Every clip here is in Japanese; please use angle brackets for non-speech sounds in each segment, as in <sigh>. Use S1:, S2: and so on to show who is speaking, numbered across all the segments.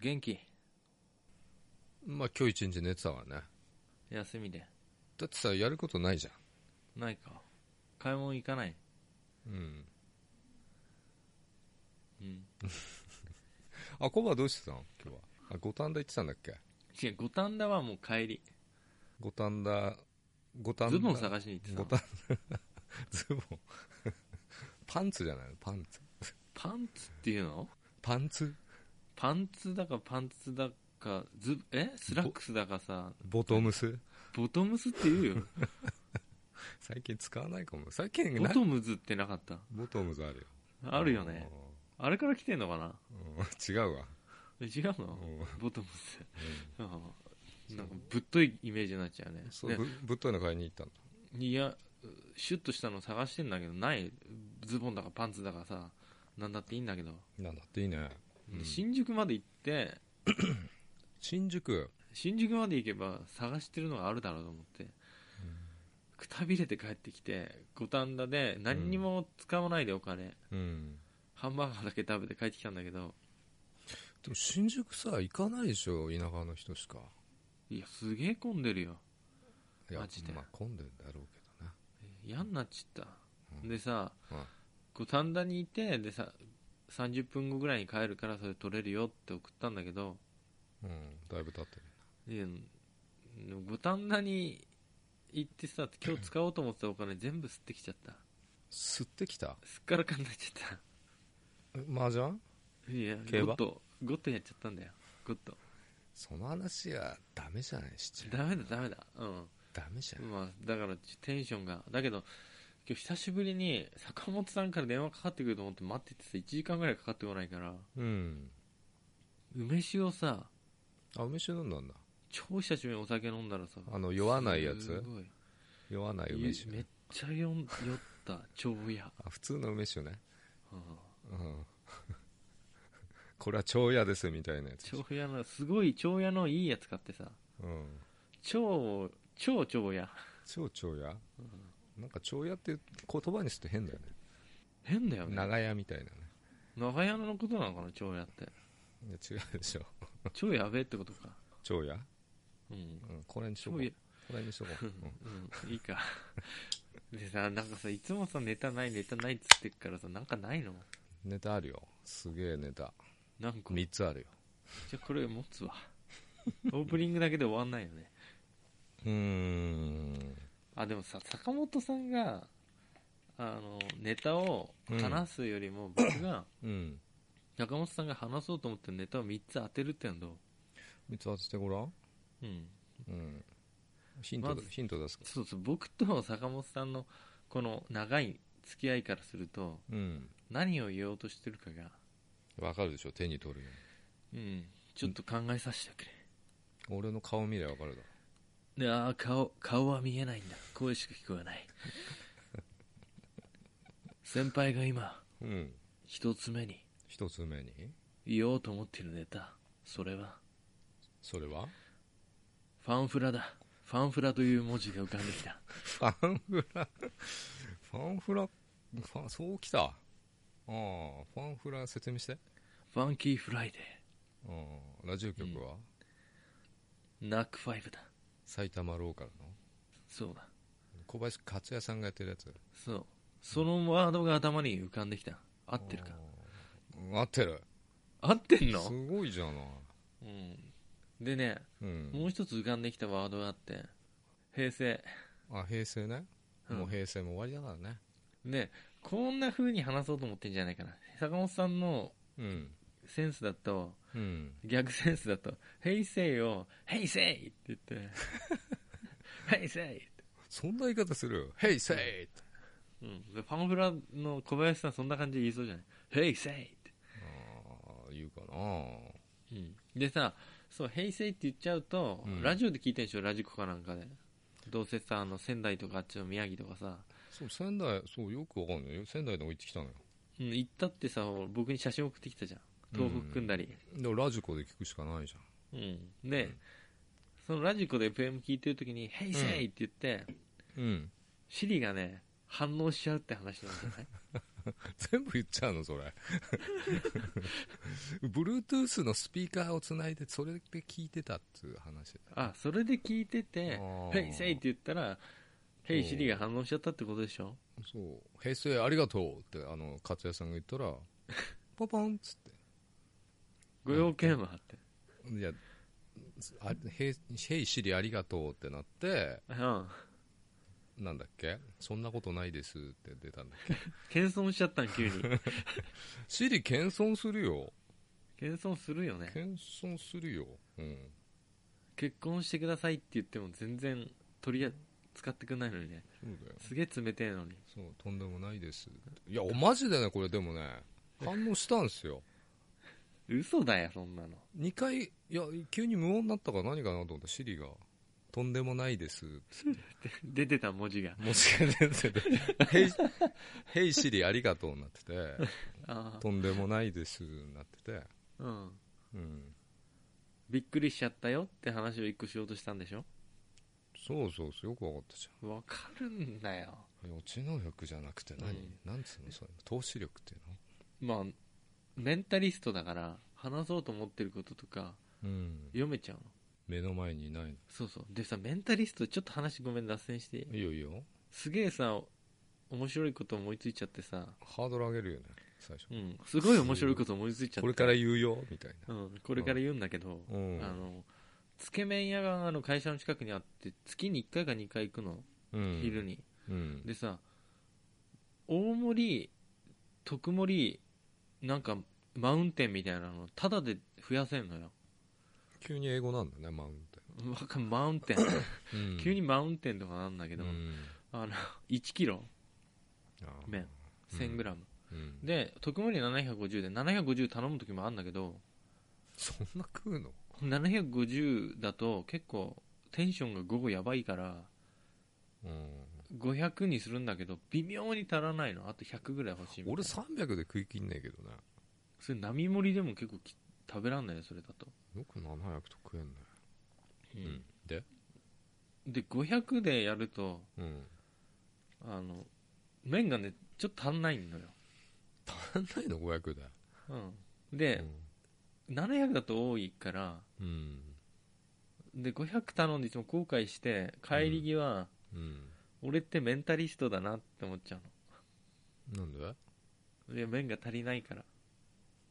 S1: 元気
S2: まあ今日一日寝てたわね。
S1: 休みで
S2: だってさ、やることないじゃ
S1: ないか買い物行かない
S2: ん。うん。
S1: うん
S2: あ、コバどうしてたの今日は。あ、五反田行ってたんだっけ
S1: 違う五反田はもう帰り
S2: 五反田、五反田。
S1: ズボン探しに行ってたの
S2: 五反田。ズボン。パンツじゃないのパンツ。
S1: パンツっていうの
S2: パンツ
S1: パンツだかパンツだかズえスラックスだかさ
S2: ボトムス
S1: ボトムスって言うよ
S2: 最近使わないかも。最近
S1: ボ
S2: <laughs> な
S1: トムズってなかった
S2: ボトムズあるよ。
S1: あるよねあれから来てんのかな
S2: うん。うん違うわ。
S1: え違う
S2: う
S1: の
S2: ん
S1: ボトムス、うんなんかぶっといイメージになっちゃうね
S2: そう、ぶぶっといの買いに行ったんだ。
S1: でいやシュッとしたの探してんだけどないズボンだかパンツだかさなんだっていいんだけど、
S2: なんだっていいね。
S1: で
S2: うん
S1: 新宿まで行って
S2: 新宿。
S1: 新宿まで行けば探してるのがあるだろうと思って、くたびれて帰ってきて五反田で何にも使わないでお金、
S2: うん。
S1: ハンバーガーだけ食べて帰ってきたんだけど
S2: でも新宿さ、行かないでしょ、田舎の人しか。
S1: いやすげえ混んでるよ
S2: いや
S1: マジで
S2: まあ混んでるだろうけどな。
S1: 嫌になっちゃっ
S2: う
S1: た
S2: ん
S1: でさ
S2: うん
S1: 五反田にいてでさ30分後ぐらいに帰るからそれ取れるよって送ったんだけど
S2: うん、だいぶ経ってる。
S1: いやでも五反田に行ってさ今日使おうと思ってたお金全部吸ってきちゃった
S2: 吸ってきた
S1: すっからかになっちゃっ
S2: 麻雀
S1: たいや
S2: 競馬
S1: ゴッドゴッドやっちゃったんだよゴッド
S2: その話はダメじゃないしちゃう
S1: ダメだダメだうん
S2: ダメじゃん、
S1: まあだからテンションがだけど今日久しぶりに坂本さんから電話かかってくると思って待っててさ1時間ぐらいかかってこないから
S2: うん
S1: 梅酒をさ
S2: あ梅酒飲んだんだ
S1: 超久しぶりにお酒飲んだらさ
S2: あの酔わないや
S1: す
S2: つ
S1: ごい
S2: 酔わない梅酒
S1: めっちゃ酔ん酔った超や、
S2: あ普通の梅酒ね
S1: うん、
S2: うん <laughs> これは超嫌ですみたいなやつ
S1: 超やのすごい超やのいいやつ買ってさ
S2: うん、
S1: 超超超や
S2: 超超嫌、なんか超嫌って言葉にすると変だよね
S1: 変だよね
S2: 長屋みたいなね
S1: 長屋のことなのかな超やって
S2: いや違うでしょ
S1: 超やべえってことか
S2: 超嫌、
S1: うん
S2: うん、これにしとこ
S1: 超
S2: う
S1: や
S2: これにしとこう、 <laughs> うん
S1: うんいいか <laughs> でさなんかさいつもさネタないネタないっつってっからさなんかないの
S2: ネタあるよすげえネタ
S1: なんか
S2: 3つあるよ
S1: じゃあこれ持つわオープニングだけで終わんないよね
S2: うーん
S1: あでもさ坂本さんがあのネタを話すよりも僕が、
S2: うん
S1: 中本さんが話そうと思ってるネタを3つ当てるってのはど
S2: 三つ当ててごらん、
S1: う、うん、
S2: うん、ヒント、
S1: まず
S2: ヒント出すか
S1: そうそう僕と坂本さんのこの長い付き合いからすると
S2: うん
S1: 何を言おうとしてるかが、
S2: わかるでしょ手に取るよ
S1: うん、ちょっと考えさせてくれ、
S2: うに俺の顔見りゃわかるだ
S1: でああ顔顔は見えないんだ声しか聞こえない
S2: <laughs>
S1: 先輩が今
S2: ろうん
S1: 一つ目に
S2: 一つ目に
S1: 言おうと思ってるネタそれは
S2: それは
S1: ファンフラだファンフラという文字が浮かんできた
S2: ファンフラファンフラファンそうきたああファンフラ説明して
S1: ファンキーフライデ
S2: ああラジオ局は、
S1: ーナックファイブだ
S2: 埼玉ローカルの
S1: そうだ
S2: 小林克也さんがやってるやつ
S1: そうそのワードが頭に浮かんできた合ってるか
S2: うん合ってる
S1: 合ってんの
S2: す、ごいじゃない、
S1: うん、でね
S2: うん、
S1: もう一つ浮かんできたワードがあって平成
S2: あ平成ね、
S1: うん
S2: もう平成も終わりだからね
S1: でこんな風に話そうと思ってんじゃないかな坂本さんの
S2: うん
S1: センスだと
S2: うん
S1: 逆センスだと「平成」を「平成」って言って「平成」って、
S2: そんな言い方する「ヘイセイ!」って
S1: うん、でファンフラの小林さんそんな感じで言いそうじゃない「平成」って
S2: あー言うかな
S1: うんでさそう平成って言っちゃうと、
S2: うん
S1: ラジオで聞いてんでしょラジコかなんかでどうせさあの仙台とかあっちの宮城とかさ、
S2: そう仙台そうよくわかんないよ仙台でも行ってきたのよ
S1: うん、行ったってさ僕に写真送ってきたじゃん東北組んだり、
S2: でもラジコで聞くしかないじゃん
S1: うんで、そのラジコで FM 聞いてる時に「平成」って言って、
S2: うん
S1: シリがね反応しちゃうって話なんじゃない
S2: <laughs> 全部言っちゃうのそれ <laughs> Bluetooth のスピーカーをつないでそれで聞いてたっていう話
S1: あそれで聞いてて「
S2: あー
S1: ヘイセイ」って言ったら「ヘイシリ」が反応しちゃったってことでしょ
S2: そう「平成ありがとう」ってあの勝也さんが言った <laughs> らポポンっつって
S1: ご用件はって
S2: いやあ「へいへいシリありがとう」ってなって
S1: うん
S2: なんだっけそんなことないですって出たんだっけ
S1: 謙遜しちゃったん急
S2: <laughs>
S1: に
S2: シリ謙遜するよ
S1: 謙遜するよね
S2: 謙遜するようん
S1: 結婚してくださいって言っても全然取り使ってくんないのにね
S2: そうだよ
S1: すげえ冷てえのに
S2: そうとんでもないですいやおマジでねこれでもね反応したんですよ
S1: 嘘だよそんなの <laughs>
S2: 2回いや急に無音になったから何かなと思ったシリが「とんでもないです」
S1: 出てた文字が
S2: もしかして「ヘイヘイシリありがとう」になってて
S1: あ
S2: 「
S1: あ
S2: とんでもないです」になってて
S1: うん
S2: うん
S1: びっくりしちゃったよって話を一個しようとしたんでしょ
S2: そうそうそうよくわかったじ
S1: わかるんだよ
S2: ゃん予知能力じゃなくて何、
S1: うん
S2: なんつうのそれ投資力っていうの
S1: まあメンタリストだから話そうと思ってることとか
S2: うん
S1: 読めちゃうの
S2: 目の前にいない
S1: そうそうでさメンタリストちょっと話ごめん脱線して
S2: のいいよいいよ
S1: すげえさ面白いこと思いついちゃってさ
S2: ハードル上げるよね最初
S1: うんすごい面白いこと思いついちゃって
S2: これから言うよみたい
S1: うん、これから言うんだけど、
S2: なうん
S1: あのつけ麺屋があの会社の近くにあって月に1回か2回行くの、
S2: うん
S1: 昼に
S2: うん
S1: でさ大盛り特盛りなんかマウンテンみたいなのタダで増やせんのよ
S2: 急に英語なんだねマウン
S1: わかんマウンテン
S2: テン、うん
S1: 急にマウンテンとかなんだけど、
S2: うん
S1: あの1キロ
S2: あー
S1: 麺
S2: うん
S1: 1000g、
S2: うん
S1: で特盛り750で750頼む時もあるんだけど
S2: そんな食うの
S1: 750だと結構テンションが午後やばいから
S2: うん
S1: 500にするんだけど微妙に足らないのあと100ぐらい欲しいみたいな
S2: 俺300で食い切んねえけどね
S1: それ並盛りでも結構き食べらんないよそれだと、
S2: よく700と食えんねうんで
S1: で500でやると
S2: うん
S1: あの麺がねちょっと足んないのよ、
S2: 足 <laughs> んないの500で
S1: うん、で、700だと多いから
S2: うんうん
S1: で500頼んでいつも後悔して帰り際、
S2: うん
S1: 俺ってメンタリストだなって思っちゃ
S2: なんで
S1: うので麺が足りないから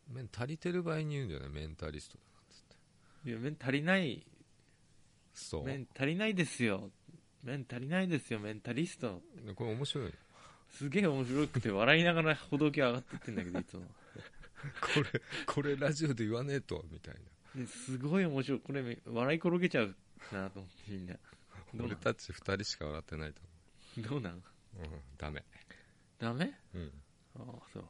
S2: 麺足りてる場合に言うんじゃないメンタリストだ
S1: いや麺足りない
S2: そう
S1: 麺足りないですよ麺足りないですよメンタリスト
S2: でこれ面白いの
S1: すげえ面白くて笑いながら歩道橋上がってってん
S2: <laughs>
S1: だけどいつも
S2: これこれラジオで言わねえとみたい
S1: ですごい面白いこれ笑い転げちゃうなと思ってみんな
S2: な
S1: どうな
S2: 俺たち2人しか笑ってないと
S1: んどうなん
S2: 思ううんダメ
S1: ダメ
S2: うん
S1: ああそう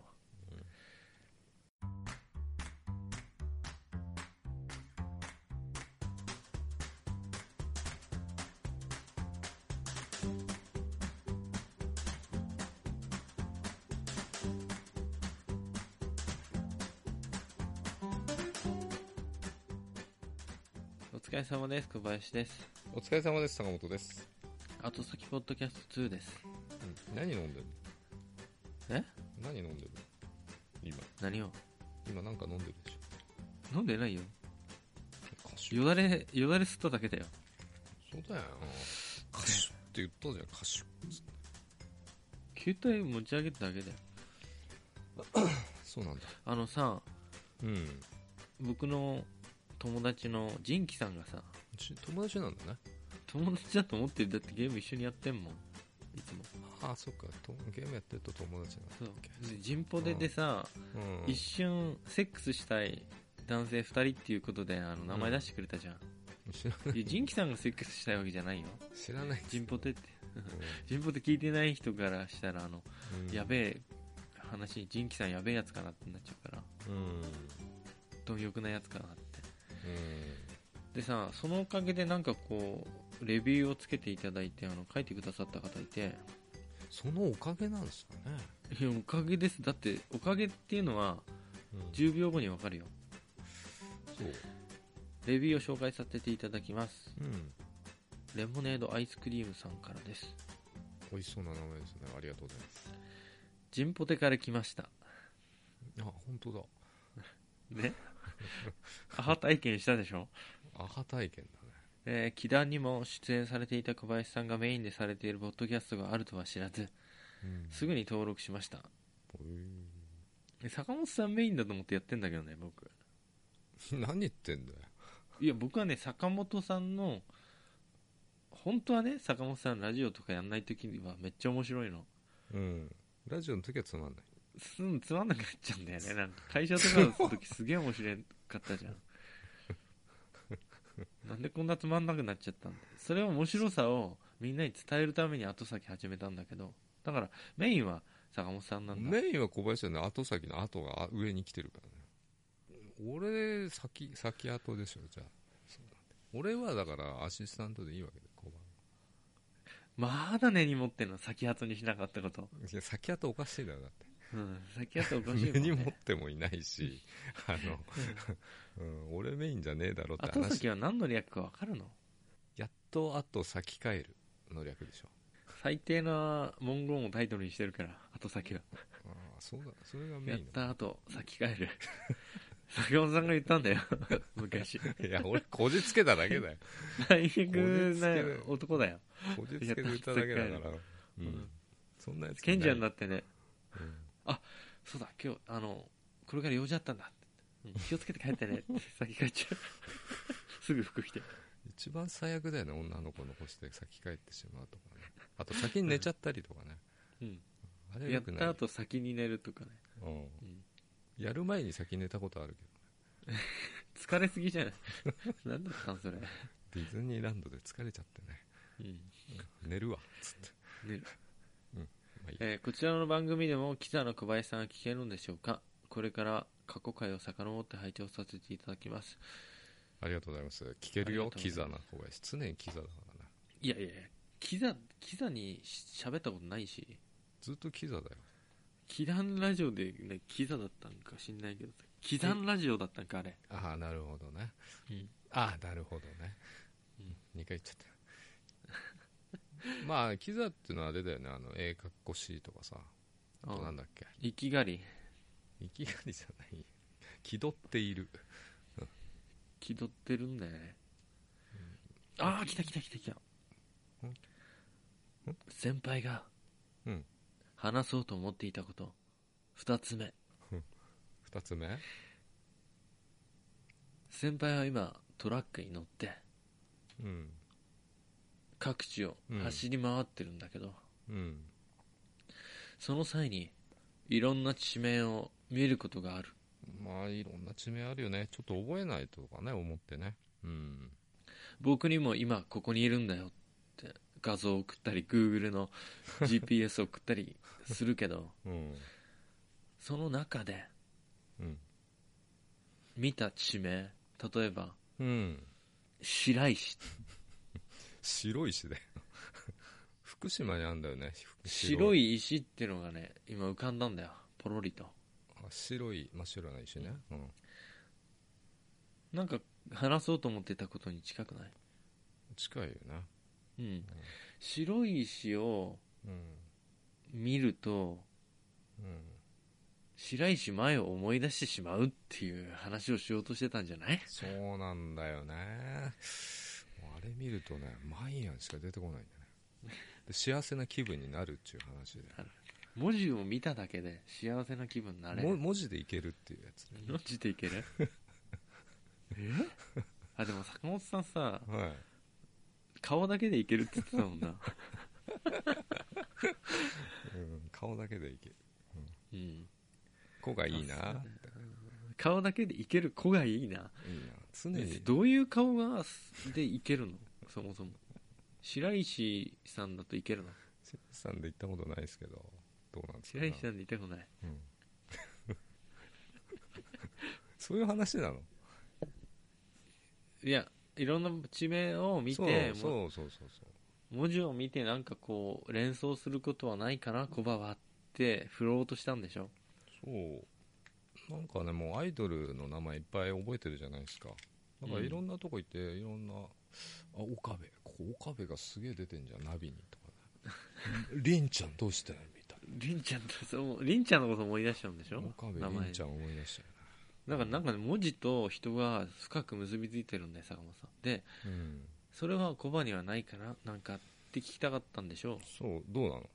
S1: お疲れ様です小林です
S2: お疲れ様です坂本です
S1: 後先ポッドキャスト2です
S2: うん何飲んでる
S1: え
S2: 何飲んでる今
S1: 何を
S2: 今なんか飲んでるでし
S1: 飲んでないよ
S2: ょカシュ
S1: よだれよだれ吸っただけだよ
S2: そうだよカシュって言ったじゃんカシュ
S1: 携帯持ち上げただけだよ
S2: そうなんだ
S1: あのさ
S2: うん
S1: 僕の友達のジンキさんがさ
S2: ち友達なんだね
S1: 友達だと思ってるだってゲーム一緒にやってんもんいつも
S2: ああそっかとゲームやってると友達なんだ
S1: そうでジンポデでさ、
S2: うん
S1: 一瞬セックスしたい男性2人っていうことであの名前出してくれたじゃん、
S2: 知ら
S1: いやジンキさんがセックスしたいわけじゃないよ
S2: 知らない
S1: ジンポテってジンポテ聞いてない人からしたらあの、
S2: うん
S1: やべえ話ジンキさんやべえやつかなってなっちゃうから
S2: うん
S1: 貪欲なやつかなって
S2: うん
S1: でさそのおかげでなんかこうレビューをつけていただいてあの書いてくださった方いて
S2: そのおかげなんですかね
S1: いやおかげですだっておかげっていうのは
S2: うん
S1: 10秒後にわかるよ
S2: そう
S1: レビューを紹介させていただきます
S2: うん
S1: レモネードアイスクリームさんからです
S2: 美味しそうな名前ですねありがとうございます
S1: ジンポテから来ました
S2: あ本当だ
S1: ねアハ体験したでしょ、
S2: アハ体験だね
S1: えー、祈願にも出演されていた小林さんがメインでされているポッドキャストがあるとは知らず
S2: うん
S1: すぐに登録しました
S2: へ
S1: え坂本さんメインだと思ってやってんだけどね僕
S2: え <laughs> 何言ってんだよ
S1: いや僕はね坂本さんの本当はね坂本さんラジオとかやんない時にはめっちゃ面白いの
S2: うんラジオの時はつまんない
S1: すんつまんなくなっちゃうんだよ
S2: <laughs>
S1: ねなんか会社とかの時すげえ面白かったじゃん <laughs> なんでこんなつまんなくなっちゃったんだよそれを面白さをみんなに伝えるために後先始めたんだけどだからメインは坂本さんなんだ、
S2: メインは小林だね後先の後が上に来てるからね俺先先後でしょじゃあそうだね俺はだからアシスタントでいいわけで小林
S1: まだ根に持ってんの先発にしなかったこと、
S2: いや先後おかしいだろだって
S1: うん、先発おかしいも
S2: 上
S1: ん、
S2: に持
S1: ね
S2: っ、てもいな
S1: <laughs>
S2: いしあの、うん、俺メインじゃねえだろって
S1: 後
S2: 話
S1: 先は何の略か分かるの
S2: やっと後先帰るの略でしょ
S1: 最低な文言をタイトルにしてるから後先は
S2: ああそうだそれがメ
S1: やっ
S2: イン
S1: た後先帰る <laughs> 坂本さんが言ったんだよ
S2: <laughs>
S1: 昔
S2: だいや俺こじつけただけだよ
S1: 大学な男だよ
S2: こじつけで歌だけだからう
S1: うん
S2: んそんなやつい
S1: 賢
S2: ない
S1: 者になってね
S2: うん
S1: そうだ今日あのこれから用事あったんだうん気をつけて帰ってね先帰っちゃう <laughs> すぐ服着て
S2: 一番最悪だよね女の子残して先帰ってしまうとかねあと先に寝ちゃったりとかね
S1: うん
S2: あれ
S1: や
S2: よ
S1: っ
S2: くない
S1: た後先に寝るとかね、
S2: うん
S1: うん
S2: やる前に先寝たことあるけ
S1: 疲れすぎじゃない <laughs> 何だったんそれ、
S2: どディズニーランドで疲れちゃってね
S1: うん
S2: 寝るわつって
S1: 寝る
S2: まあいい
S1: えーこちらの番組でも北の小林さんは聞けるんでしょうかこれから過去回を遡って拝聴させていただきます
S2: ありがとうございます聞ける
S1: あり
S2: よ
S1: がとうご
S2: キ
S1: ざ
S2: ザ
S1: いま
S2: な小林常にキザだからない
S1: やいやいやキザキザに喋ったことないし
S2: ずっとキザだよ
S1: キダンラジオで、ね、キザだったんか知んないけどさキダンラジオだったんかあれ
S2: ああなるほどね
S1: うん
S2: ああなるほどね、2回言っちゃったまあキザっていうのはあれだよねあのええかっこしいとかさあとなんだっけ
S1: 生きがり
S2: 生きがりじゃない気取っている
S1: 気取ってるんだよね、ああ来た来た来た来た
S2: ん
S1: 先輩が
S2: うん
S1: 話そうと思っていたこと二つ目
S2: 2つ目
S1: 先輩は今トラックに乗って
S2: うん
S1: 各地を走り回ってるんだけど、
S2: うん
S1: その際にいろんな地名を見ることがある
S2: まあいろんな地名あるよねちょっと覚えないとかね思ってねうん
S1: 僕にも今ここにいるんだよって画像を送ったり Google の GPS を送ったりするけ <laughs> ど
S2: うん
S1: その中で
S2: うん
S1: 見た地名例えば
S2: うん
S1: 白石
S2: 白石だよ福島にあんだよね
S1: 白
S2: い
S1: い石ってのがね今浮かんだんだよポロリと
S2: あ白い真っ白な石ねうん
S1: なんか話そうと思ってたことに近くない
S2: 近いよね
S1: うん白い石を
S2: うん
S1: 見ると
S2: うん
S1: 白石前を思い出してしまうっていう話をしようとしてたんじゃない
S2: そうなんだよねもうあれ見るとねマイアンしか出てこないんだねで幸せな気分になるっていう話で
S1: 文字を見ただけで幸せな気分になれる
S2: も文字でいけるっていうやつね
S1: どっちでいけ
S2: <laughs>
S1: るえあでも坂本さんさ
S2: はい
S1: 顔だけでいけるって言ってたもん
S2: <laughs>
S1: な
S2: うん、顔だけでいける
S1: うん
S2: 子がいいな
S1: あ顔だけでいける子がいいな、
S2: いいな常に
S1: どういう顔がでいけるのそもそも白石さんだといけるの
S2: 白石さんで行ったことないですけどどうなんですか
S1: 白
S2: ね
S1: 石さんでいたくない
S2: うん <laughs> そういう話なの
S1: いやいろんな地名を見
S2: そう
S1: ても
S2: そうそうそうそう
S1: 文字を見てなんかこう連想することはないかなコバはって振ろうとしたんでしょ
S2: そうなんかねもうアイドルの名前いっぱい覚えてるじゃないですかだから
S1: うん
S2: いろんなとこ行って、いろんなあ岡 <laughs> 部ここ岡部がすげえ出てんじゃんナビにとかね凛ちゃんどうしたよみたい
S1: りんちゃんだそうりんちゃんのこと思い出しちゃうんでしょ
S2: 岡部
S1: 名前
S2: 凛ちゃん思い出したよ
S1: なんかなんかね文字と人が深く結びついてるんだよ坂本さんで
S2: なうん
S1: それはコバにはないかななんかって聞きたかったんでしょ
S2: そうどうなの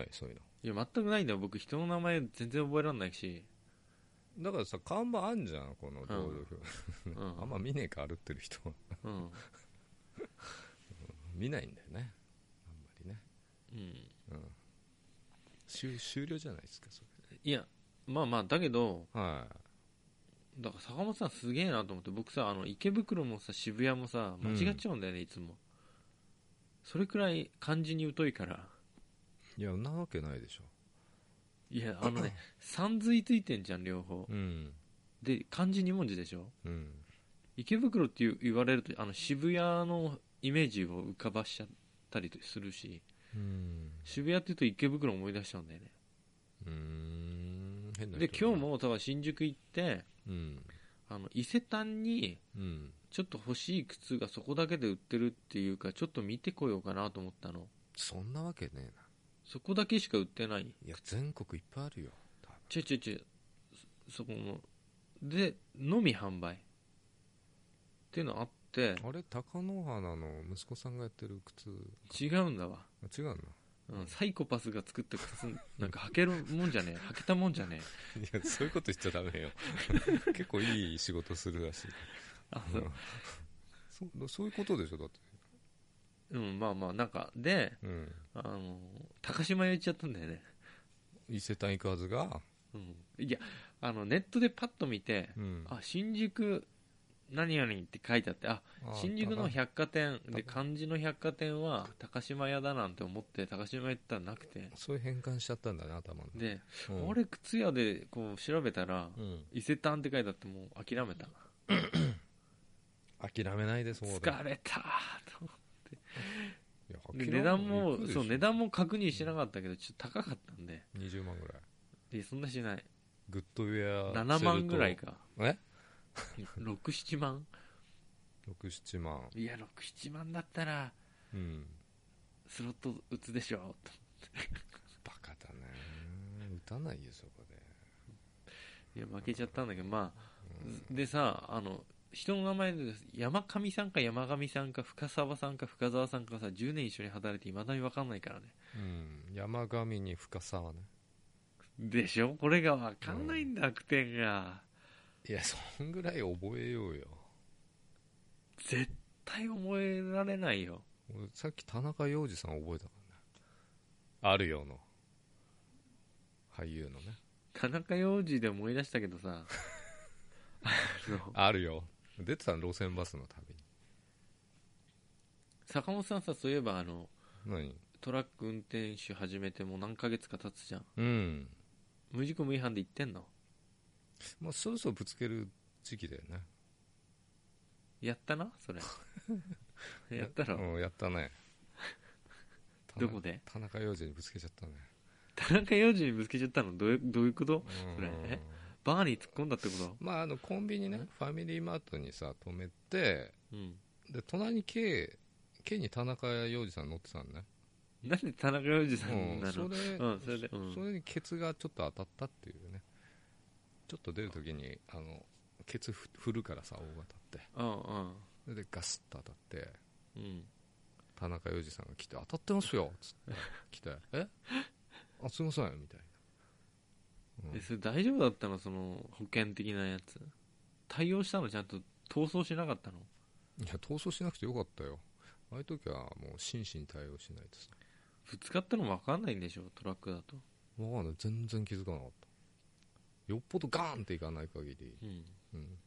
S2: ないそういう
S1: ういや全くないんだよ僕人の名前全然覚えられないし、
S2: のだからさ看板あんじゃんこの道路表、
S1: うんう
S2: あんま見ねえか歩ってる人は
S1: ん
S2: 見ないんだよねあんまりね、
S1: うん、
S2: うん、終終了じゃないですかそ
S1: いやまあまあだけど
S2: れはい
S1: だから坂本さんすげえなと思って僕さあの池袋もさ渋谷もさ間違っちゃうんだよね、いつもそれくらい漢字に疎いから
S2: いやそんなわけないでしょ
S1: いやあのねさんずいついてんじゃん両方
S2: うん
S1: で漢字2文字でしょ
S2: うん
S1: 池袋っていう言われるとあの渋谷のイメージを浮かばしちゃったりするし
S2: うん
S1: 渋谷っていうと池袋を思い出しちゃうんだよね
S2: うーん変な人だね
S1: で今日もだから新宿行って
S2: うん
S1: あの伊勢丹に
S2: うん
S1: ちょっと欲しい靴がそこだけで売ってるっていうかちょっと見てこようかなと思ったの
S2: そんなわけねえな
S1: そこだけしか売ってない
S2: いや全国いっぱいあるよ多分
S1: ちょいちょいちょいそそこのでのみ販売っていうのあって
S2: あれ高野花の息子さんがやってる靴
S1: 違うんだわ、
S2: あ違うの <laughs> い
S1: うん、サイコパスが作った靴なん <laughs> か履けるもんじゃねえ履けたもんじゃねえ
S2: やそういうこと言っちゃダメよ <laughs> 結構いい仕事するらしい
S1: あそう
S2: <laughs> そそういうことでしょだって
S1: うんまあまあなんかで
S2: うん
S1: あの高島屋行っちゃったんだよね、
S2: 伊勢丹行くはずが
S1: うん、いやあのネットでパッと見て、
S2: うん
S1: あ新宿何々って書いてあってあ
S2: あ
S1: 新宿の百貨店で
S2: 高
S1: 漢字の百貨店は高島屋だなんて思って高島屋行ったらなくて
S2: そういう変換しちゃったんだね頭の
S1: で、
S2: うん
S1: 俺靴屋でこう調べたら、
S2: うん
S1: 伊勢丹って書いてあってもう諦めた
S2: 諦めないでそうだ
S1: 疲れたと
S2: いや
S1: で
S2: 諦め
S1: 値段も
S2: 行くでしょ
S1: そう値段も確認してなかったけどちょっと高かったんで
S2: 20万ぐらい
S1: いやそんなしない
S2: グッドウェア
S1: 7万ぐらいか
S2: セルと
S1: 67万
S2: え67万
S1: いや67万だったら
S2: うん
S1: スロット打つでしょと
S2: バカだね打たないよそこで
S1: いや負けちゃったんだけどまあ、でさあの人の名前で山上さんか山上さんか深沢さんか深沢さんかさ10年一緒に働いていまだに分かんないからね
S2: うん山上に深沢ね
S1: でしょこれが分かんないんだ、悪天が
S2: いやそんぐらい覚えようよ
S1: 絶対覚えられないよ
S2: 俺さっき田中洋次さん覚えたからねあるよの俳優のね
S1: 田中洋次で思い出したけど
S2: <laughs>
S1: さあの
S2: あるよ出てたの路線バスの旅に
S1: 坂本さんさそういえばあの
S2: 何
S1: トラック運転手始めてもう何ヶ月か経つじゃん
S2: うん
S1: 無事故無違反で行ってんの
S2: まあそろそろぶつける時期だよね
S1: やったなそ
S2: <laughs>
S1: れやったろ、
S2: うんやったね
S1: <laughs> どこで
S2: 田中洋次にぶつけちゃったね
S1: 田中洋次にぶつけちゃったのどういうどういうこと
S2: うん
S1: それえバーに突っ込んだってこと
S2: まああのコンビニねファミリーマートにさ止めて
S1: うん
S2: で隣に K, K に田中洋次さん乗ってたのね
S1: なんで田中洋次さん
S2: う、
S1: なんの
S2: それ
S1: うんそれでうん
S2: それにケツがちょっと当たったっていうねちょっと出るときにあのケツふ振るからさ大型っ
S1: う
S2: てでガスッと当たって
S1: んうん
S2: 田中洋次さんが来て「当たってます <laughs> よ」つって来て「えあすいません」みたいな、
S1: う
S2: うんん
S1: えそれ大丈夫だったのその保険的なやつ対応したのちゃんと逃走しなかったの
S2: いや逃走しなくてよかったよああいう時はもう真摯に対応しないとさ
S1: ぶつかったの分かんないんでしょトラックだと
S2: わかんない全然気づかなかったよっぽどガーンっていかない限り、
S1: うん
S2: うん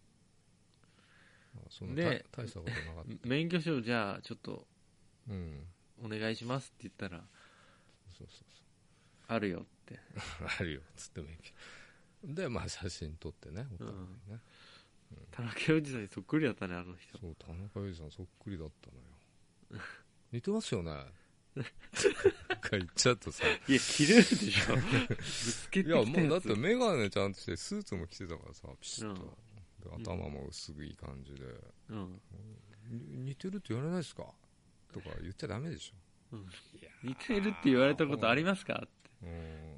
S2: まあ、そんな
S1: で
S2: 大大したことなかった、
S1: 免許証じゃあちょっと
S2: うん、
S1: お願いしますって言ったら
S2: そうそうそう
S1: あるよって
S2: <laughs> あるよつってもいいけどでまあ写真撮ってねお互いね、
S1: 田中洋次さんにそっくりだったねあの人
S2: そう田中裕二さんそっくりだったのよ <laughs> 似てますよねとか言っちゃう
S1: <laughs>
S2: とさ
S1: いや切れるでしょぶつけ
S2: い
S1: てきた
S2: や
S1: やつ
S2: もうだって眼鏡ちゃんとしてスーツも着てたからさピシッと、
S1: ん
S2: で頭も薄い感じで、
S1: うん
S2: に似てるって言われないですかとか言っちゃダメでしょ
S1: 似てるって言われたことありますかって
S2: うん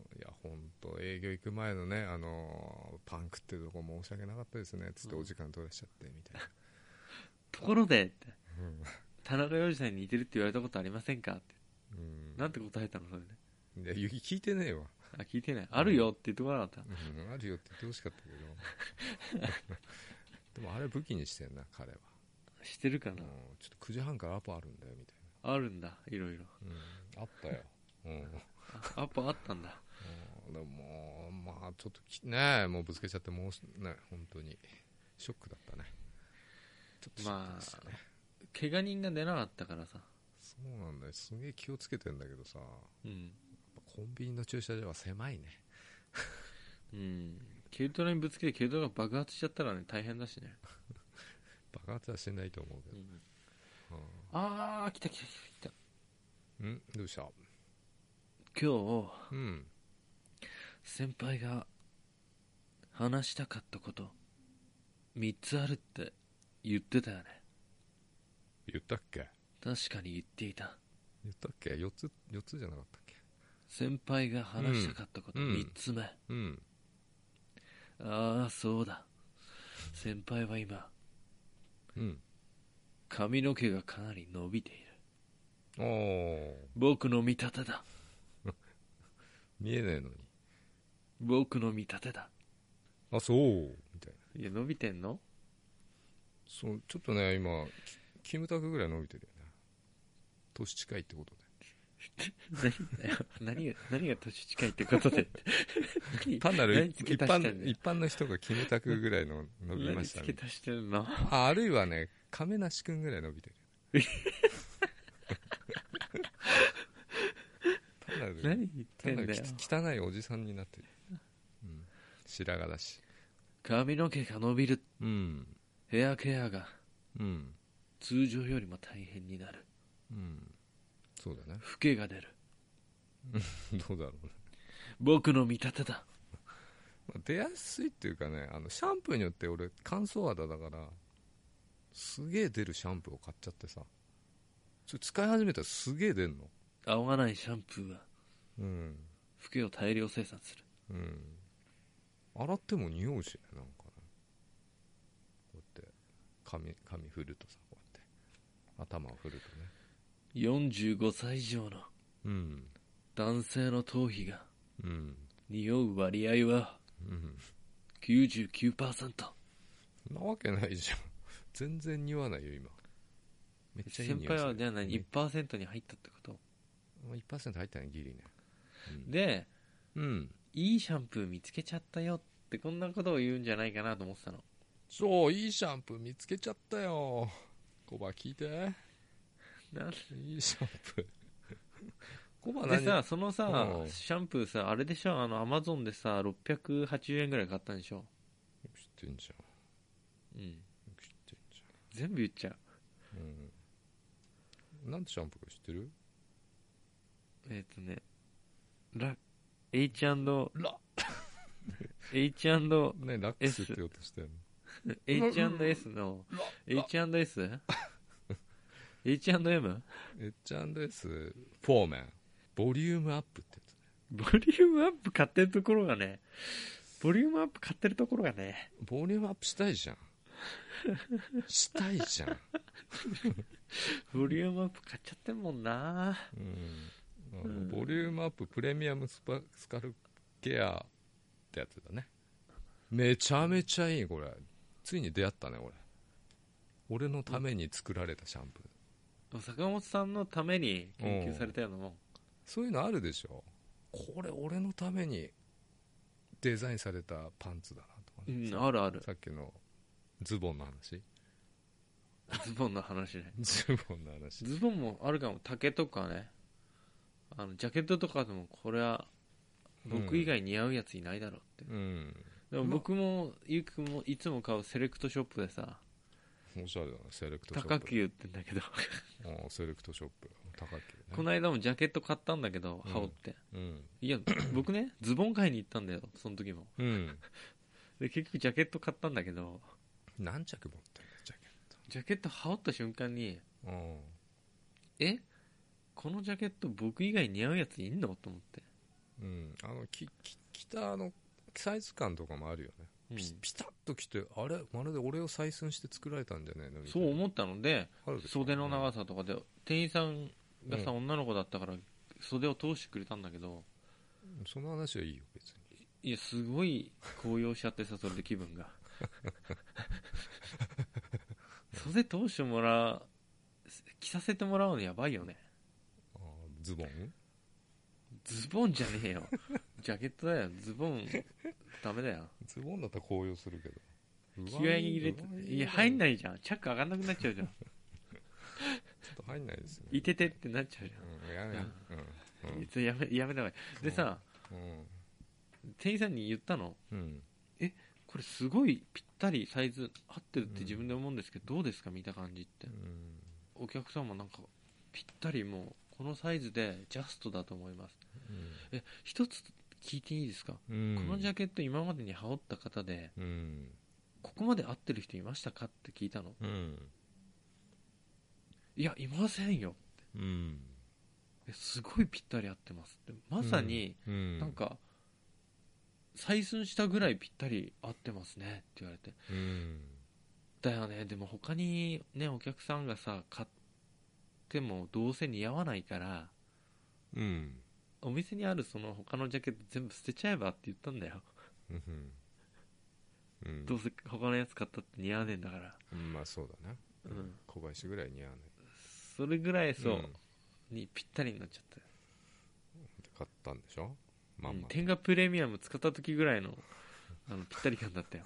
S2: 営業行く前のね、あのパンクってとこ申し訳なかったですね、つって
S1: うん
S2: お時間取らしちゃって、みたいな。
S1: ところでって
S2: うん
S1: 田中洋次さんに似てるって言われたことありませんかって
S2: うん
S1: なんて答えたのそれね
S2: いや、ゆ聞いてねえわ。
S1: あ聞いてないあるよって言ってこなかった、
S2: うんあるよって言ってほしかったけど。 <laughs> でもあれ武器にしてんな、彼は。
S1: してるかな
S2: もうちょっと9時半からアポあるんだよ、みたい
S1: あるんだいろいろ
S2: な。うんあったよ。うん。
S1: あアップあったんだ
S2: うんでも、まあ、ちょっときねえ、もうぶつけちゃって、もうね、本当に、ショックだったね。ちょっとショック
S1: ま
S2: で
S1: あ
S2: すね。
S1: 怪我人が出なかったからさ
S2: そうなんだよ、すげえ気をつけてんだけどさ、やっ
S1: うん、
S2: ぱコンビニの駐車場は狭いね。
S1: うん、軽トラにぶつけて軽トラが爆発しちゃったらね大変だしね、
S2: 爆発はしないと思うけど。
S1: ああ来た来た来た来た
S2: うん、んどうした
S1: 今日
S2: うん。
S1: 先輩が話したかったこと3つあるって言ってたよね
S2: 言ったっけ
S1: 確かに言っていた
S2: 言ったっけ ?4 つ、四つじゃなかったっけ
S1: 先輩が話したかったこと
S2: うん
S1: 3つ目、
S2: うん。
S1: ああそうだ先輩は今
S2: うん。
S1: 髪の毛がかなり伸びている
S2: おー。
S1: 僕の見立てだ
S2: 見えねえのに。
S1: 僕の見立てだ
S2: あ、そう。みたいな。
S1: いや伸びてんの
S2: そう、ちょっとね、今、キキムタクぐらい伸びてるよね。年近いってことで。
S1: 何 <laughs> が何が年近いってことで何
S2: 単なる
S1: 何
S2: 一
S1: 付
S2: 一
S1: け足してん
S2: 般
S1: の
S2: 一般の人がキムタクぐらいの伸びま
S1: 何
S2: した
S1: 付
S2: ね、
S1: け足してんの
S2: ああるいはね亀梨君ぐらい伸びてる単なる
S1: 何言って
S2: 単なん
S1: だ
S2: る
S1: よ
S2: き汚いおじさんになってる、うん、白髪だし
S1: 髪の毛が伸びる
S2: うん
S1: ヘアケアが
S2: うん
S1: 通常よりも大変になる
S2: うんそうだね
S1: 老けが出る
S2: どうだろうね、
S1: 僕の見立てだ
S2: まあ出やすいっていうかねあのシャンプーによって俺乾燥肌だからすげえ出るシャンプーを買っちゃってさそれ使い始めたらすげえ出んの
S1: 青がないシャンプーは
S2: うん
S1: 老けを大量生産する
S2: うん洗っても匂うしねなんかねこうやって髪髪振るとさこうやって頭を振るとね
S1: 45歳以上の
S2: うん
S1: 男性の頭皮が
S2: うん
S1: 匂う割合は
S2: うん
S1: 99%
S2: そんなわけないじゃん全然匂わないよ今めっちゃいい匂
S1: 先
S2: い
S1: 輩はじゃあ
S2: 何
S1: 何1%に入ったってこと
S2: 1%入ったねギリね
S1: で
S2: うん、うん、
S1: いいシャンプー見つけちゃったよってこんなことを言うんじゃないかなと思ってたの
S2: そういいシャンプー見つけちゃったよコバ聞いて
S1: なん
S2: いいシャンプー <laughs> コバ
S1: で
S2: 何
S1: さそのさ
S2: うん
S1: シャンプーさあれでしょあのアマゾンでさ680円ぐらい買ったんでしょ
S2: 知ってんじゃ
S1: うん
S2: ん知ってんじゃん
S1: 全部言っちゃう
S2: うん、なんてシャンプーか知ってる
S1: えっ、とねラ H&H&S
S2: ラねラック
S1: S
S2: スって言おうとしてる
S1: H&S の
S2: ラ
S1: H&S? H&M?
S2: H&S フォーメンボリュームアップってや
S1: ボリュームアップ買ってるところがねボリュームアップ買ってるところがね
S2: つボリュームアップしたいじゃんしたいじゃん、
S1: ボリュームアップ買っちゃってんもんな
S2: うんあの
S1: うん
S2: ボリュームアッププレミアムスパスカルケアってやつだねめちゃめちゃいいこれついに出会ったね俺俺のために作られたシャンプー
S1: 坂本さんのために研究されたようなもん
S2: そういうのあるでしょこれ俺のためにデザインされたパンツだなとか
S1: う
S2: ね、
S1: ん、
S2: さ
S1: あるある。
S2: さっきのズボンの話
S1: ズボンの話ね。
S2: ズボンの話
S1: ズボンもあるかも。竹とかね。あの、ジャケットとかでも、これは、僕以外似合うやついないだろうって。
S2: うん
S1: でも僕も、ゆうくんもいつも買うセレクトショップでさ、
S2: おしゃれだねセレクトショ
S1: 高
S2: ップ
S1: 木言ってんだけど、
S2: うんセレクトショップ高木ね
S1: この間もジャケット買ったんだけど、
S2: うん
S1: 羽織って。
S2: うん
S1: いや、僕ね、ズボン買いに行ったんだよ、その時も。
S2: うん
S1: で、結局ジャケット買ったんだけど、
S2: 何着持ってんだジャケ
S1: ジャケット羽織った瞬間に、
S2: ットうん
S1: えこのジャケット僕以外似合うやついんのと思って。
S2: うんあのきき着着たあのサイズ感とかもあるよね、
S1: うん
S2: ピピタッと着てあれまるで俺を採寸して作られたんじゃねえのみた
S1: そ
S2: いうな
S1: 思ったので、
S2: あるでしょ
S1: 袖の長さとかで、店員さんがさ、女の子だったから、袖を通してくれたんだけど、
S2: うんその話はいいよ別に
S1: いや、すごい高揚しちゃってさ、それで気分 <laughs> が。袖通してもらう、着させてもらうのやばいよね。
S2: あーズボン
S1: ズボンじゃねえよ。ジャケットだよ。ズボン、ダメだよ。
S2: ズボンだったら高揚するけど
S1: 気合い入れて
S2: 上、着
S1: いや、入ん
S2: い
S1: ないじゃん。チャック上がんなくなっちゃうじゃん。
S2: ちょっと入んないですよ、
S1: いててってなっちゃうじ
S2: うんやめ
S1: ゃん。いつやめ、やめた方がいい。でさ、店員さんに言ったの。
S2: うんうんうん
S1: これすごいぴったりサイズ合ってるって自分で思うんですけど、どうですか見た感じって
S2: う。ん
S1: お客さんもなんか、ぴったりもう、このサイズでジャストだと思います。え、一つ聞いていいですか、
S2: うん
S1: このジ
S2: ゃ
S1: ャケット今までに羽織った方で、
S2: うん
S1: ここまで合ってる人いましたかって聞いたの。
S2: うん
S1: いや、いませんよ。
S2: うん
S1: えすごいぴったり合ってますって。まさに、
S2: うん
S1: なんか、採寸したぐらいぴったり合ってますねって言われて。
S2: うん
S1: だよね、でも他にね、お客さんがさ、買ってもどうせ似合わないから、
S2: うん
S1: お店にあるその他のジャケット全部捨てちゃえばって言ったんだよ。
S2: うんうん
S1: どうせ他のやつ買ったって似合わねえんだから。
S2: うんまあそうだな
S1: うん。
S2: 小林ぐらい似合わない
S1: それぐらいそう、
S2: ん
S1: にぴったりになっちゃったよ。
S2: 買ったんでしょまん
S1: うん
S2: ま
S1: 天下プレミアム使った時ぐらい
S2: <laughs>
S1: の、あの、ぴったり感だったよ。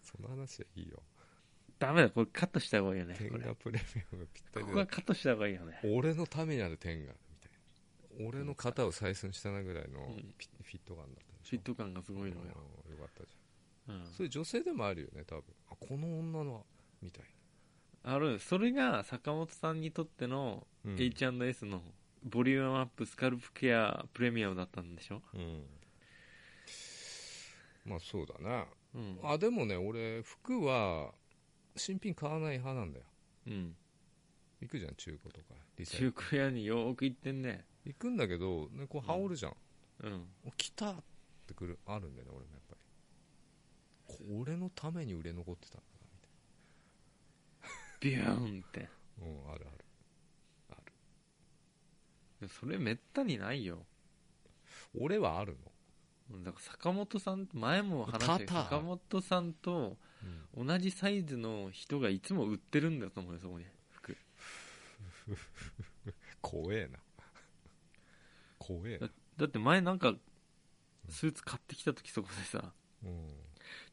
S2: その話はいいよ
S1: ダメだ、これカットした方がいいよね。
S2: 天
S1: これ
S2: 下プレミアムがぴっ
S1: こ
S2: たり
S1: こはカットした方がいいよね。
S2: 俺のためにある天下みたいな俺の肩を採寸したなぐらいの
S1: うん
S2: ピフィット感だったでし
S1: フ
S2: ょ
S1: ィット感がすごいのよ。
S2: うんよかったじ
S1: うん
S2: ゃんそれ女性でもあるよね多分あこの女のみたい
S1: あるそれが坂本さんにとっての
S2: なうん
S1: H&S のボリュームアップスカルプケアプレミアムだったんでしょ、
S2: うんまあそうだな
S1: うん、
S2: あでもね俺服は新品買わない派なんだよ
S1: うん、
S2: 行くじゃん中古とかリサイクル
S1: 中古屋によーく行ってんね
S2: 行くんだけど、ね、こう羽織るじゃん、
S1: うん
S2: お来たってくるあるんだよね俺もやっぱりこ俺のために売れ残ってたんだな
S1: ビューンって
S2: みたいなうんあるある
S1: それめったにないよ
S2: 俺はある
S1: だから坂本さん前も話したけど
S2: 多々
S1: 坂本さんと
S2: の、
S1: 同じサイズの人がいつも売ってるんだと思うよそこに服
S2: 怖えな <laughs> 怖えな、
S1: だって前なんかスーツ買ってきた時そこでさ
S2: うん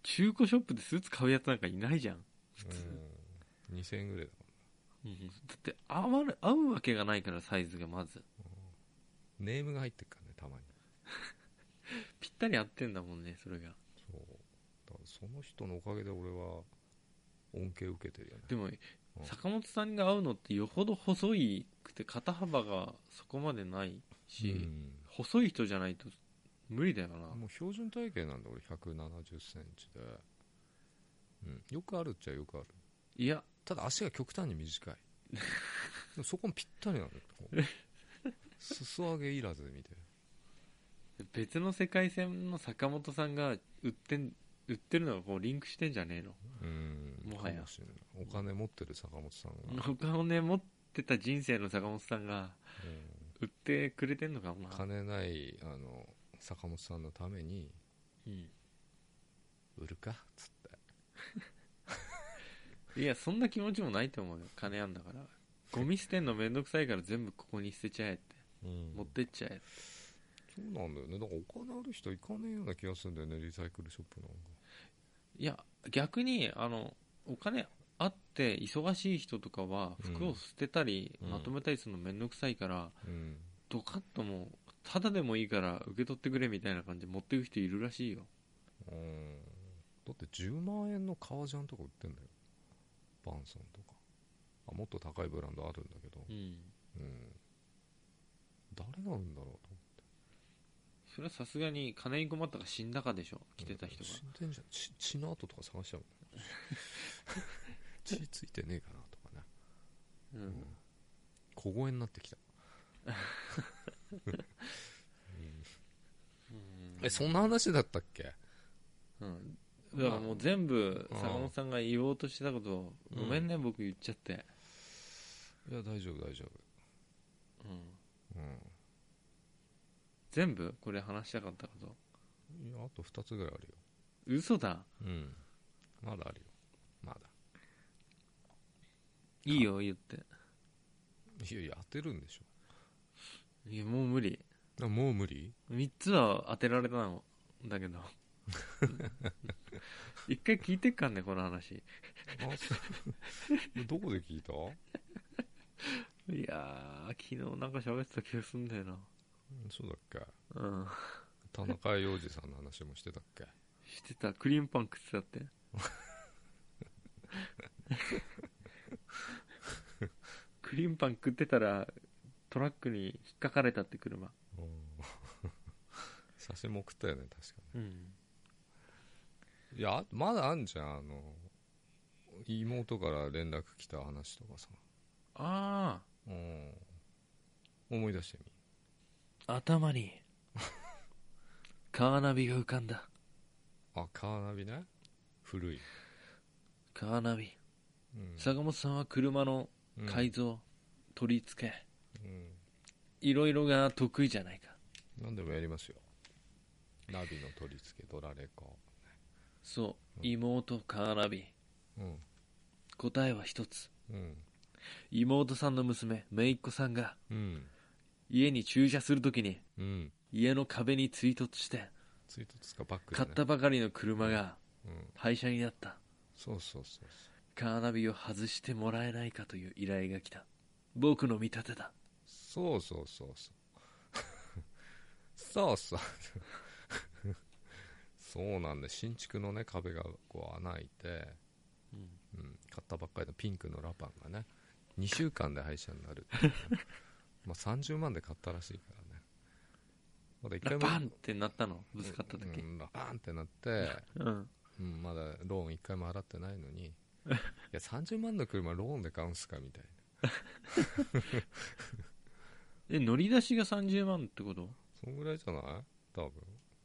S1: 中古ショップでスーツ買うやつなんかいないじゃん
S2: うん、2000円ぐらいだも
S1: うんだって合わる合うわけがないからサイズがまず
S2: んネームが入ってるからねたまに
S1: ぴったり合ってんだもんねそれが
S2: そうだからその人のおかげで俺は恩恵を受けてるよね
S1: でも
S2: うん
S1: 坂本さんが合うのってよほど細いくて肩幅がそこまでないし、
S2: うん
S1: 細い人じゃないと無理だよな
S2: もう標準体型なんだ俺1 7 0ンチで、うん、よくあるっちゃよくある
S1: いや
S2: ただ足が極端に短いでもそこもぴったりなんだよこう裾上げいらずみたい
S1: 別の世界線の坂本さんが売ってん売ってるのがこうリンクしてんじゃねえの
S2: なうん
S1: もはや
S2: かしれないお金持ってる坂本さんが、
S1: お金をね持ってた人生の坂本さんが
S2: うん
S1: 売ってくれてんのかもな、
S2: 金ないあの坂本さんのために
S1: うん
S2: 売るかっつって
S1: いやそんな気持ちもないと思うよ金あんだからゴミ捨てんのめんどくさいから全部ここに捨てちゃえって持ってっちゃえ
S2: そうなんだよねだからお金ある人行かねえような気がするんだよねリサイクルショップなんか
S1: いや逆にあのお金あって忙しい人とかは
S2: うん
S1: 服を捨てたり、
S2: うん
S1: まとめたりするのめんどくさいから、
S2: うん
S1: ドカッともうただでもいいから受け取ってくれみたいな感じで持っていく人いるらしいよ
S2: うんだって10万円の革ジャンとか売ってんだよバンソンとかあもっと高いブランドあるんだけど
S1: うん
S2: うん誰が売るんだろうと
S1: それはさすがに金に困ったか死んだかでしょ来てた人が
S2: 死んでんじゃん血血の跡とか探しちゃうもんね血ついてねえかなとかね
S1: うん、
S2: 小声になってきた、うん
S1: うん
S2: えそんな話だったっけ
S1: うんだからもう全部
S2: うん
S1: 坂本さんが言おうとしてたことを、
S2: う
S1: ご
S2: ん
S1: めんね僕言っちゃって、
S2: いや大丈夫大丈
S1: うん、
S2: 夫うん
S1: 全部これ話したかったこと
S2: いやあと2つぐらいあるよ
S1: 嘘だ
S2: うんまだあるよまだ
S1: いいよ言って
S2: いやいや当てるんでし
S1: いやもう無理
S2: ょあもう無理
S1: 3つは当てられたのだけど一回聞いてっかんねこの話
S2: あそう <laughs> どこで聞いた
S1: いやー昨日なんか喋ってた気がすんだよな
S2: うんそうだっけ
S1: うん
S2: 田中洋次さんの話もしてたっけ
S1: してたクリームパン食ってたってクリームパン食ってたらトラックに引っかかれたって車
S2: うん <laughs> 写真も送ったよね確か
S1: うん
S2: にいやあまだあんじゃんあの妹から連絡来た話とかさ
S1: あ
S2: うん思い出してみ
S1: あ頭にカーナビが浮かんだ
S2: あカーナビね古い、
S1: カーナビ
S2: うん
S1: 坂本さんは車の
S2: うん
S1: 改造、取り付け
S2: うん
S1: いろいろが得意じゃないか
S2: 何でもやりますよナビの取り付けドラレコ
S1: そう妹カーナビ
S2: うん
S1: 答えは一つ
S2: うん
S1: 妹さんの娘姪っ子さんが
S2: うん
S1: 家に駐車するときに
S2: うん
S1: 家の壁に追突して
S2: 追突かバックで、
S1: 買
S2: ね、
S1: ったばかりの車が
S2: うん、
S1: 廃車になった
S2: そうそうそうそう
S1: カーナビを外してもらえないかという依頼が来た僕の見立てだ
S2: そうそうそうそうそうそうそうなんで新築のね壁がこう穴開いて、
S1: うん
S2: うん、買ったばっかりのピンクのラパンがね2週間で廃車になるっていうねまあ30万で買ったらしいからねまだ一
S1: ラ
S2: 回も
S1: バンってなったのぶつかった時
S2: うん、ラパンってなって、
S1: うん
S2: うん、まだローン1回も払ってな
S1: <laughs>
S2: いのにいや30万の車ローンで買うんすかみたいな
S1: え乗り出しが30万ってこと
S2: そんぐらいじゃない多分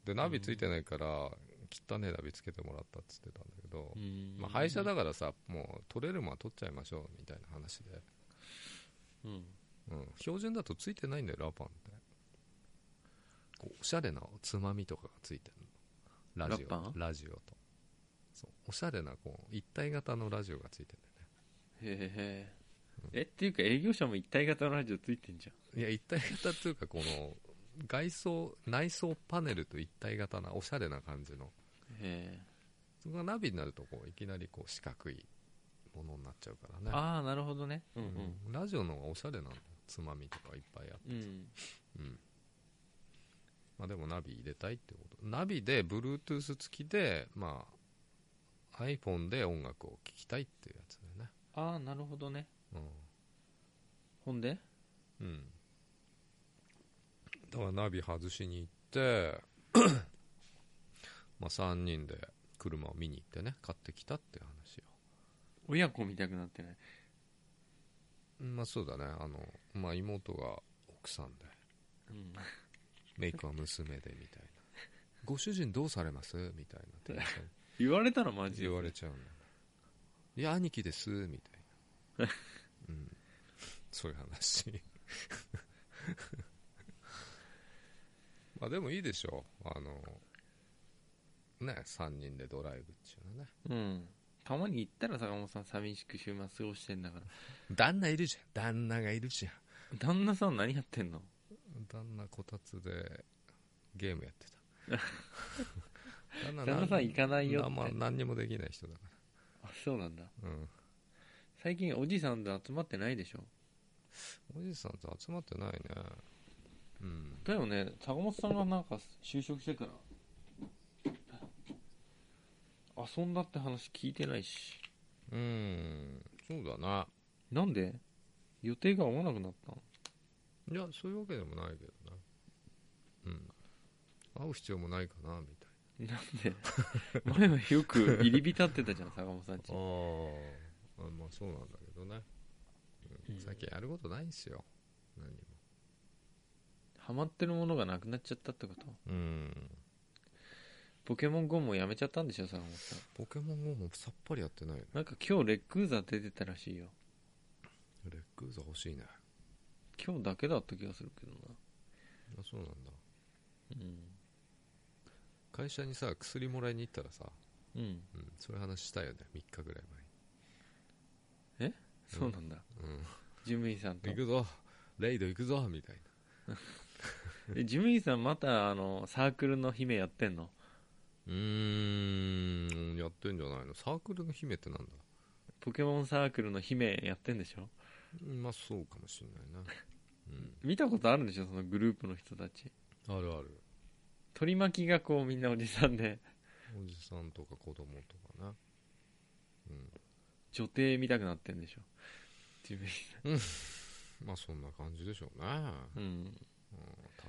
S2: でナビついてないから、汚ねえナビつけてもらったっつってたんだけど、まあ、廃車だからさもう取れるもんは取っちゃいましょうみたいな話で、
S1: うん
S2: うん、標準だとついてないんだよラパンってこうおしゃれなおつまみとかがついてるのラジオ
S1: ラパン
S2: ラジオとそうおしゃれなこう一体型のラジオがついてるんだよね
S1: へええっていうか営業者も一体型のラジオついてんじ
S2: いや一体型というかこの外装内装パネルと一体型なおしゃれな感じの
S1: ゃんへえ
S2: そこがナビになるとこういきなりこう四角いものになっちゃうからね
S1: ああなるほどねう
S2: うんラジオの方がおしゃれなのつまみとかいっぱいあって、
S1: うんうん
S2: うんまあ、でもナビ入れたいってことナビで Bluetooth 付きで、まあ、iPhone で音楽を聴きたいっていうやつだよ
S1: ああなるほどね
S2: ね
S1: ほんで
S2: うん、うん、だからナビ外しに行って <coughs> まあ3人で車を見に行ってね買ってきたっていう話よ
S1: 親子見たくなってない
S2: まあそうだねあの、まあ、妹が奥さんで
S1: うん
S2: メイクは娘でみたいなご主人どうされますみたいな店員さんに
S1: <laughs> 言われたらマジで
S2: 言われちゃうんだよねいや兄貴ですみたいな、うん、そういう話 <laughs> まあでもいいでしょうあのね3人でドライブっていうのね
S1: うん。たまに行ったら坂本さん寂しく週末過ごしてんだから。
S2: 旦那いるじゃん旦那がいるじゃん
S1: 旦那さん何やってんの
S2: 旦那こたつでゲームやって
S1: <laughs>
S2: た旦
S1: 旦那さん行かないよって
S2: まあ何にもできない人だか
S1: あ、そうなんだ。
S2: らうん
S1: 最近おじさんと集まってないでしょ。
S2: おじさんと集まってないねうん
S1: だよね、坂本さんがなんか就職してから。遊んだって話聞いてないし。
S2: うんそうだな
S1: なんで予定が合わなくなったの
S2: いやそういうわけでもないけどなうん会う必要もないかなみたい
S1: なんで <laughs> 前はよく入り浸ってたじゃん、坂本さんち
S2: な。ああまあそうなんだけどね、うん
S1: うん
S2: 最近やることないんすよ何も
S1: ハマってるものがなくなっちゃったってこと
S2: うん
S1: ポケモン GO もやめちゃったんでしょ、坂本さん。
S2: ポケモン GO もさっぱりやってないよね
S1: なんか今日レッグーザ出てたらしいよ。
S2: レッグウザ欲しいね
S1: 今日だけだった気がするけどな。
S2: あそうなんだ
S1: う
S2: 会社にさ薬もらいに行ったらさ、
S1: ん。うん。
S2: うん、そういう話したよね3日ぐらい
S1: そうなんだ。
S2: 前に、うん
S1: 事務員さんと
S2: 行。くぞレイド行くぞみたい
S1: え事務員さんまた、あの、サークルの姫やってんの
S2: なうーんやってんじゃないのサークルの姫ってなんだ
S1: ポケモンサークルの姫やってんでしょ
S2: うんまあそうかもしんないな、
S1: 見たことあるんでしょそのグループの人たち。
S2: うん、あるある
S1: 取り巻きがこうみんなおじさんで、
S2: おじさんとか子供とかなうん
S1: 女帝見たくなってんでしょ事務員さ
S2: まあそんな感じでしょうね、
S1: ん。うん。
S2: うん、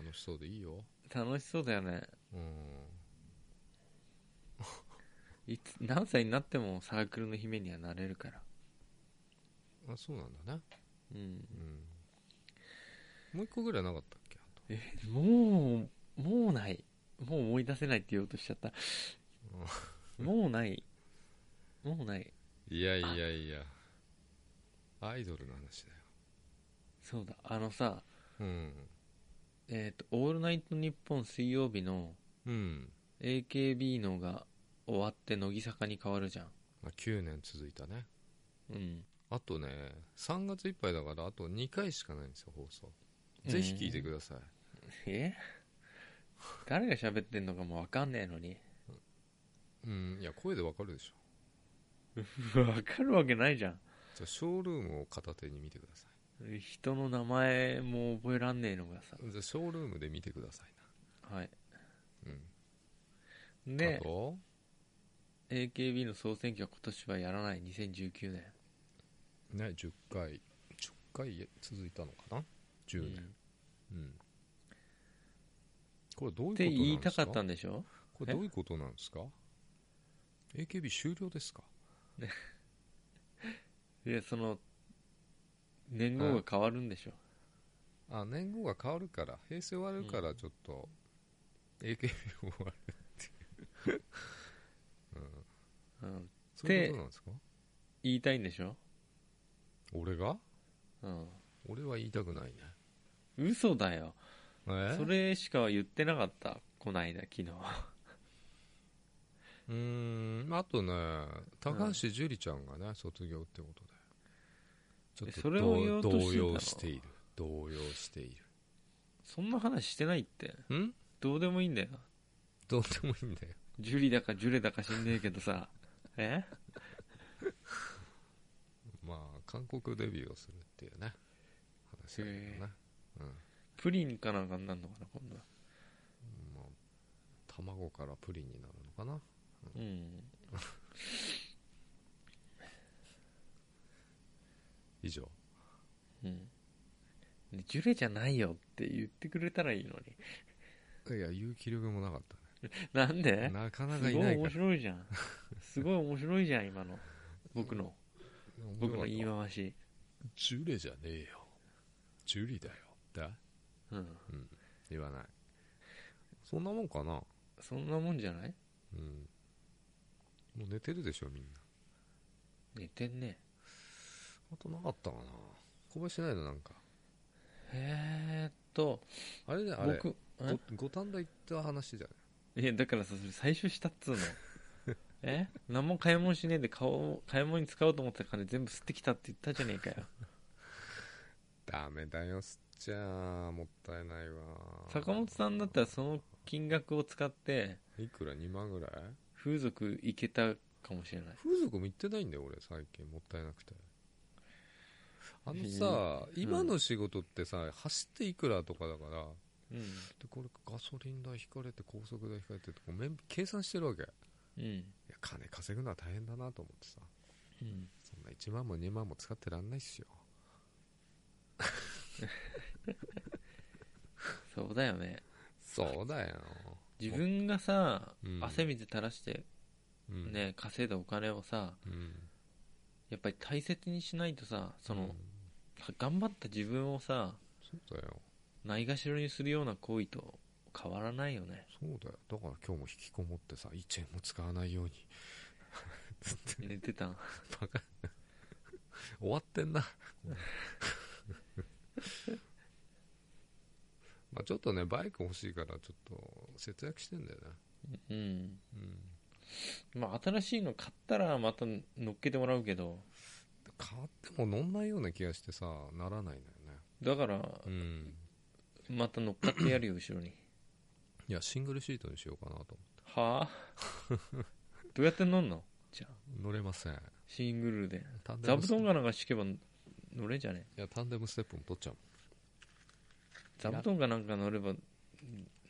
S2: 楽しそうでいいよ
S1: 楽しそうだよね。
S2: うん
S1: いつ、何歳になってもサークルの姫にはなれるから。
S2: あそうなんだね
S1: うん。
S2: うんもう一個ぐらいなかったっけあと
S1: え、もう、もうない。もう思い出せないって言おうとしちゃった。もうない。もうない。
S2: いやいやいやアイドルの話だよ
S1: そうだ、あのさ、
S2: うん
S1: えっ、と、オールナイトニッポン水曜日の
S2: うん
S1: AKB のが終わって乃木坂に変わるじゃん。
S2: まあ、9年続いたね
S1: うん。
S2: あとね3月いっぱいだからあと2回しかないんですよ放送ぜひ聞いてください、
S1: え誰が喋ってんのかもわかんねえのに。
S2: うん、いや声でわかるでしょ
S1: わかるわけないじゃん。
S2: じゃあショールームを片手に見てくださ
S1: 人の名前も覚えらんねえのがさ。
S2: いじゃあショールームで見てくださ
S1: はい。
S2: いなうん
S1: で
S2: あ、と
S1: AKB の総選挙は今年はやらない、2019年。
S2: ね10回10回続いたのかな10
S1: う
S2: 年
S1: ん
S2: うん、これどういうことなん
S1: って言
S2: ですか
S1: いたかったんでしょ
S2: これどういうことなんですか AKB 終了ですか
S1: いや、その、年号が変わるんでしょ
S2: あ年号が変わるから平成終わるからちょっと、AKB 終わるっていう、うん、
S1: うん。
S2: そういうことなんですか
S1: 言いたいんでしょ
S2: 俺が
S1: うん。
S2: 俺は言いたくないね
S1: 嘘だよ。
S2: え
S1: それしか言ってなかった。こないだ、昨日。
S2: うーんあとね高橋樹里ちゃんがね、卒業ってことでちょっと
S1: それを言おうとしてたの
S2: 動揺している動揺してい
S1: そんな話してないって。
S2: るん
S1: どうでもいいんだよ。
S2: どうでもいいんだよ
S1: ジュリだかジュレだか知んねえけど
S2: <laughs>
S1: さ。え
S2: まあ韓国デビューをするっていうね話だけどね
S1: へ、
S2: うん
S1: プリンかなんかになんのかな、今度は。
S2: まあ、卵からプリンになるのかな
S1: うん。
S2: 以上
S1: うん。でジュレじゃないよって言ってくれたらいいのに。
S2: いや言う気力もなかっ
S1: なん
S2: たね
S1: で
S2: なかな
S1: すご
S2: かい
S1: い
S2: ないか
S1: 面
S2: ら
S1: 白いじゃん。すごい面白いじゃん、今
S2: <laughs>
S1: の。僕の。僕の言い回し。
S2: ジュレじゃねえよジュリだよだ
S1: うん。
S2: 言わないそんなもんかな
S1: そんなもんじゃない
S2: うんもう寝てるでしょみんな
S1: 寝てんね。
S2: あとなかったかな小林ないのなんか
S1: えーっと、
S2: あれだよあれ
S1: 僕、
S2: ご五反田行った話じゃない
S1: えいや、だからさ、それ最初したっ
S2: <laughs>
S1: つうの。え何も買い物しねえで顔を、買い物に使おうと思ってた金全部吸ってきたって言ったじゃねえかよ。
S2: ダメだよすっちゃーもったいないわ
S1: 坂本さんだったらその金額を使って、
S2: いくら2万ぐらい
S1: 風俗行けたかもしれない。
S2: 風俗も行ってないんだよ俺最近もったいなくてあの
S1: ん
S2: さ、今の仕事ってさ走っていくらとかだから
S1: うん。
S2: でこれガソリン代引かれて高速代引かれてってこうめん計算してるわけい
S1: うん。
S2: や金稼ぐのは大変だなと思ってさ
S1: うん。
S2: そんな1万も2万も使ってらんないっすよ
S1: そうだよね。
S2: そうだよ
S1: 自分がさ、
S2: うん
S1: 汗水垂らして
S2: うん
S1: ね、稼いだお金をさ、
S2: うん
S1: やっぱり大切にしないとさ、その、
S2: うん
S1: 頑張った自分をさ、
S2: そうだよ
S1: ないがしろにするような行為と変わらないよ
S2: <laughs>
S1: ね。
S2: そうだよだから今日も引きこもってさ1円も使わないようにつって
S1: 寝てたん
S2: バカ終わってん <laughs> なまあちょっとねバイク欲しいからちょっと節約してんだよね
S1: うん。
S2: うん
S1: まあ、新しいの買ったらまた乗っけてもらうけど、
S2: 買っても乗んないような気がしてさならないんだよね
S1: だから、
S2: うん
S1: また乗っかってやるよ、後ろに。
S2: いやシングルシートにしようかなと
S1: はあどうやって乗んのじゃあ、
S2: 乗れません
S1: シングルで。
S2: タンデ
S1: 座
S2: ム
S1: 布
S2: スい
S1: 団がなんか敷けば乗れんじゃね
S2: やタンデムステップも取っちゃう
S1: 座布団がなんか乗れば、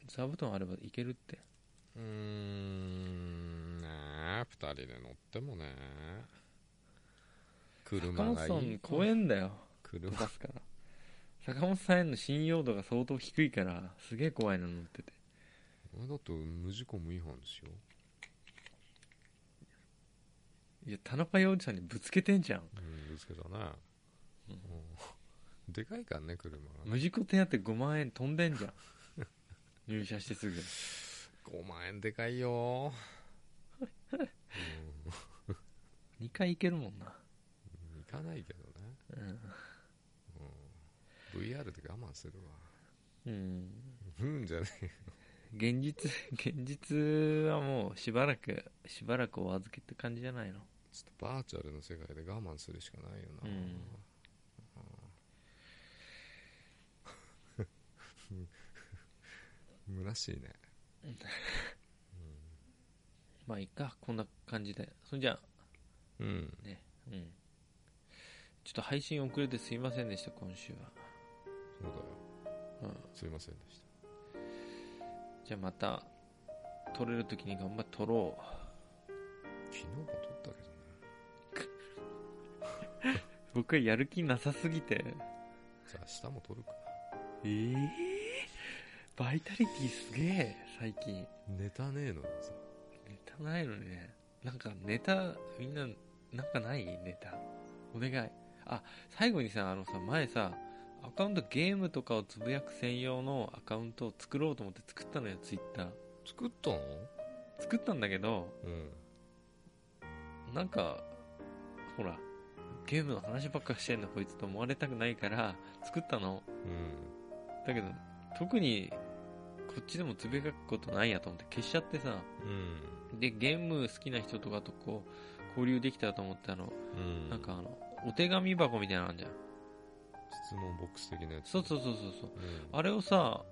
S1: 座布団あればいけるって。
S2: うーんねえ2人で乗ってもね
S1: 坂
S2: 車
S1: 本
S2: がい
S1: さん
S2: い
S1: 怖えんだよ、
S2: 車
S1: 飛ばすから。坂本さんへの信用度が相当低いから、すげえ怖いの乗ってて。
S2: 俺だと無事故無違反ですよ
S1: いや、田中洋次さんにぶつけてんじゃん。
S2: うんぶつけたね、うんでかいからね車がね
S1: 無事故手当5万円飛んでんじゃん。入社してすぐ。
S2: 5万円でかいよ、うん
S1: 2回いけるもんな。
S2: 行かないけどね、うん VR で我慢するわ
S1: うん。うん。
S2: うんじゃね
S1: 現実、 <laughs> 現実はもうしばらく、しばらくお預けって感じじゃないの。
S2: ちょっとバーチャルの世界で我慢するしかないよな、
S1: うん
S2: <laughs> うん虚しいね
S1: まあいいか、こんな感じで。それじゃあ、
S2: うん
S1: ね。うん。ちょっと配信遅れてすいませんでした、今週は。
S2: そうだよ
S1: うん。
S2: すいませんでし
S1: じゃあまた、撮れる時に頑張って撮ろう。
S2: た昨日も撮ったけどね
S1: 僕はやる気なさすぎて。
S2: じゃあ明日も撮るか
S1: ええバイタリティすげえ、最近。
S2: ネタねえのにさ
S1: ネタないのにね。なんかネタ、みんな、なんかないネタ。お願い。あ、最後にさ、あのさ、前さ、アカウントゲームとかをつぶやく専用のアカウントを作ろうと思って作ったのよ、ツイッター。
S2: 作ったの
S1: 作ったんだけど、
S2: うん
S1: なんか、ほら、ゲームの話ばっかしてんのこいつと思われたくないから、作ったの。
S2: うん
S1: だけど、特に、こっちでもつぶやくことないやと思って消しちゃってさ、
S2: うん
S1: で、ゲーム好きな人とかとこう、交流できたらと思ってあの、
S2: うん
S1: なんかあの、お手紙箱みたいなのあんじゃん。
S2: 質問ボックス的なやつ
S1: そうそうそうそうそう。
S2: うん
S1: あれをさ、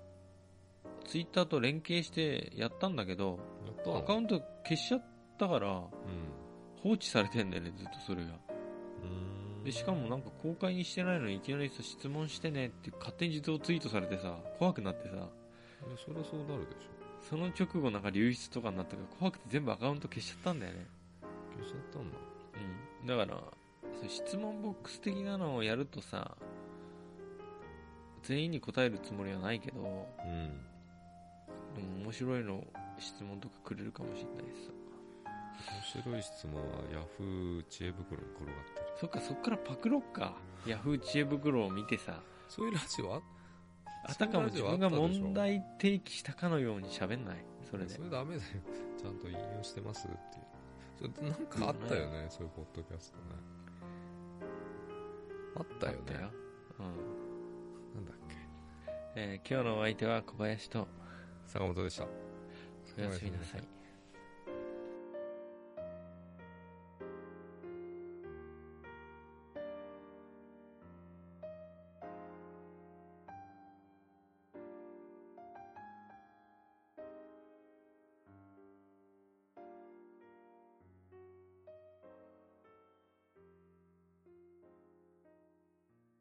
S1: ツイッターと連携してやったんだけど、
S2: やったの
S1: アカウント消しちゃったから、
S2: う
S1: 放置されてんだよね、ずっとそれが。
S2: んうん
S1: で、しかもなんか公開にしてないのにいきなりさ、質問してねって勝手に自動ツイートされてさ、怖くなってさ、
S2: いやそりゃそうなるでしょ
S1: その直後なんか流出とかになったから怖くて全部アカウント消しちゃったんだよね。
S2: 消しちゃったんだ
S1: うん。だから、そう質問ボックス的なのをやるとさ、全員に答えるつもりはないけど、でも
S2: うん
S1: 面白いの質問とかくれるかもしれないしさ。
S2: 面白い質問はヤフー知恵袋に転がってる
S1: そっか、そっからパクろっか。ヤフー知恵袋を見てさ、
S2: そういうラジオあっ
S1: あたかも自分が問題提起したかのように喋んない。それで
S2: そ。れダメだよちゃんと引用してますっていうそれなんかあったよねそういうポッドキャストねあったよね
S1: あったよ。うん。
S2: なんだっけ
S1: えー今日のお相手は小林と、
S2: 坂本でした
S1: おやすみなさい。